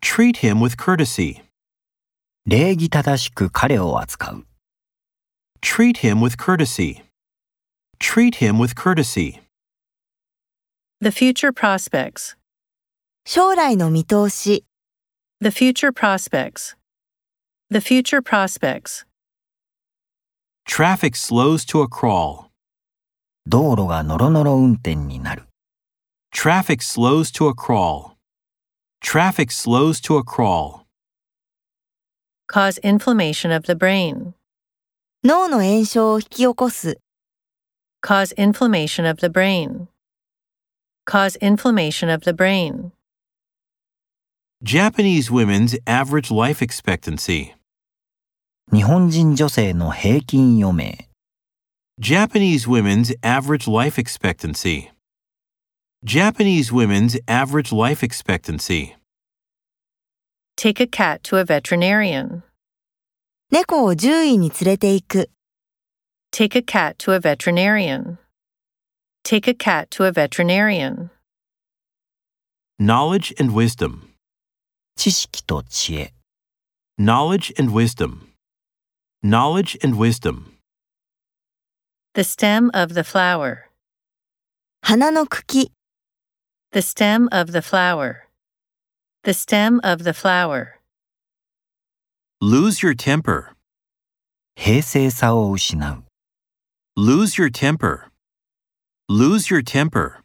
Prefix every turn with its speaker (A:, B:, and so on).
A: Treat him with courtesy.
B: 礼儀正しく彼を扱う。
A: Treat him with courtesy. Treat him with courtesy.
C: The future prospects.
D: 将来の見通し、
C: The future prospects. The future prospects.
A: Traffic slows to a crawl.
B: 道路がノロノロ運転になる。
A: Traffic slows to a crawl. Traffic slows to a crawl.
C: Cause inflammation of the brain.
D: 脳の炎症を引き起こす、
C: Cause inflammation of the brain. Cause inflammation of the brain.
A: Japanese women's average life expectancy.
B: 日本人女性の平均余命。
A: Japanese women's average life expectancy. Japanese women's average life expectancy.
C: Take a cat to a veterinarian.
D: 猫を獣医に連れて行く、
C: Take a cat to a veterinarian. Take a cat to a veterinarian.
A: Knowledge and wisdom.
B: 知識と知恵。
A: Knowledge and wisdom. Knowledge and wisdom.
C: The stem of the flower.
D: 花の茎、
C: The stem of the flower. The stem of the flower.
A: Lose your temper.
B: 平静さを失う。
A: Lose your temper. Lose your temper.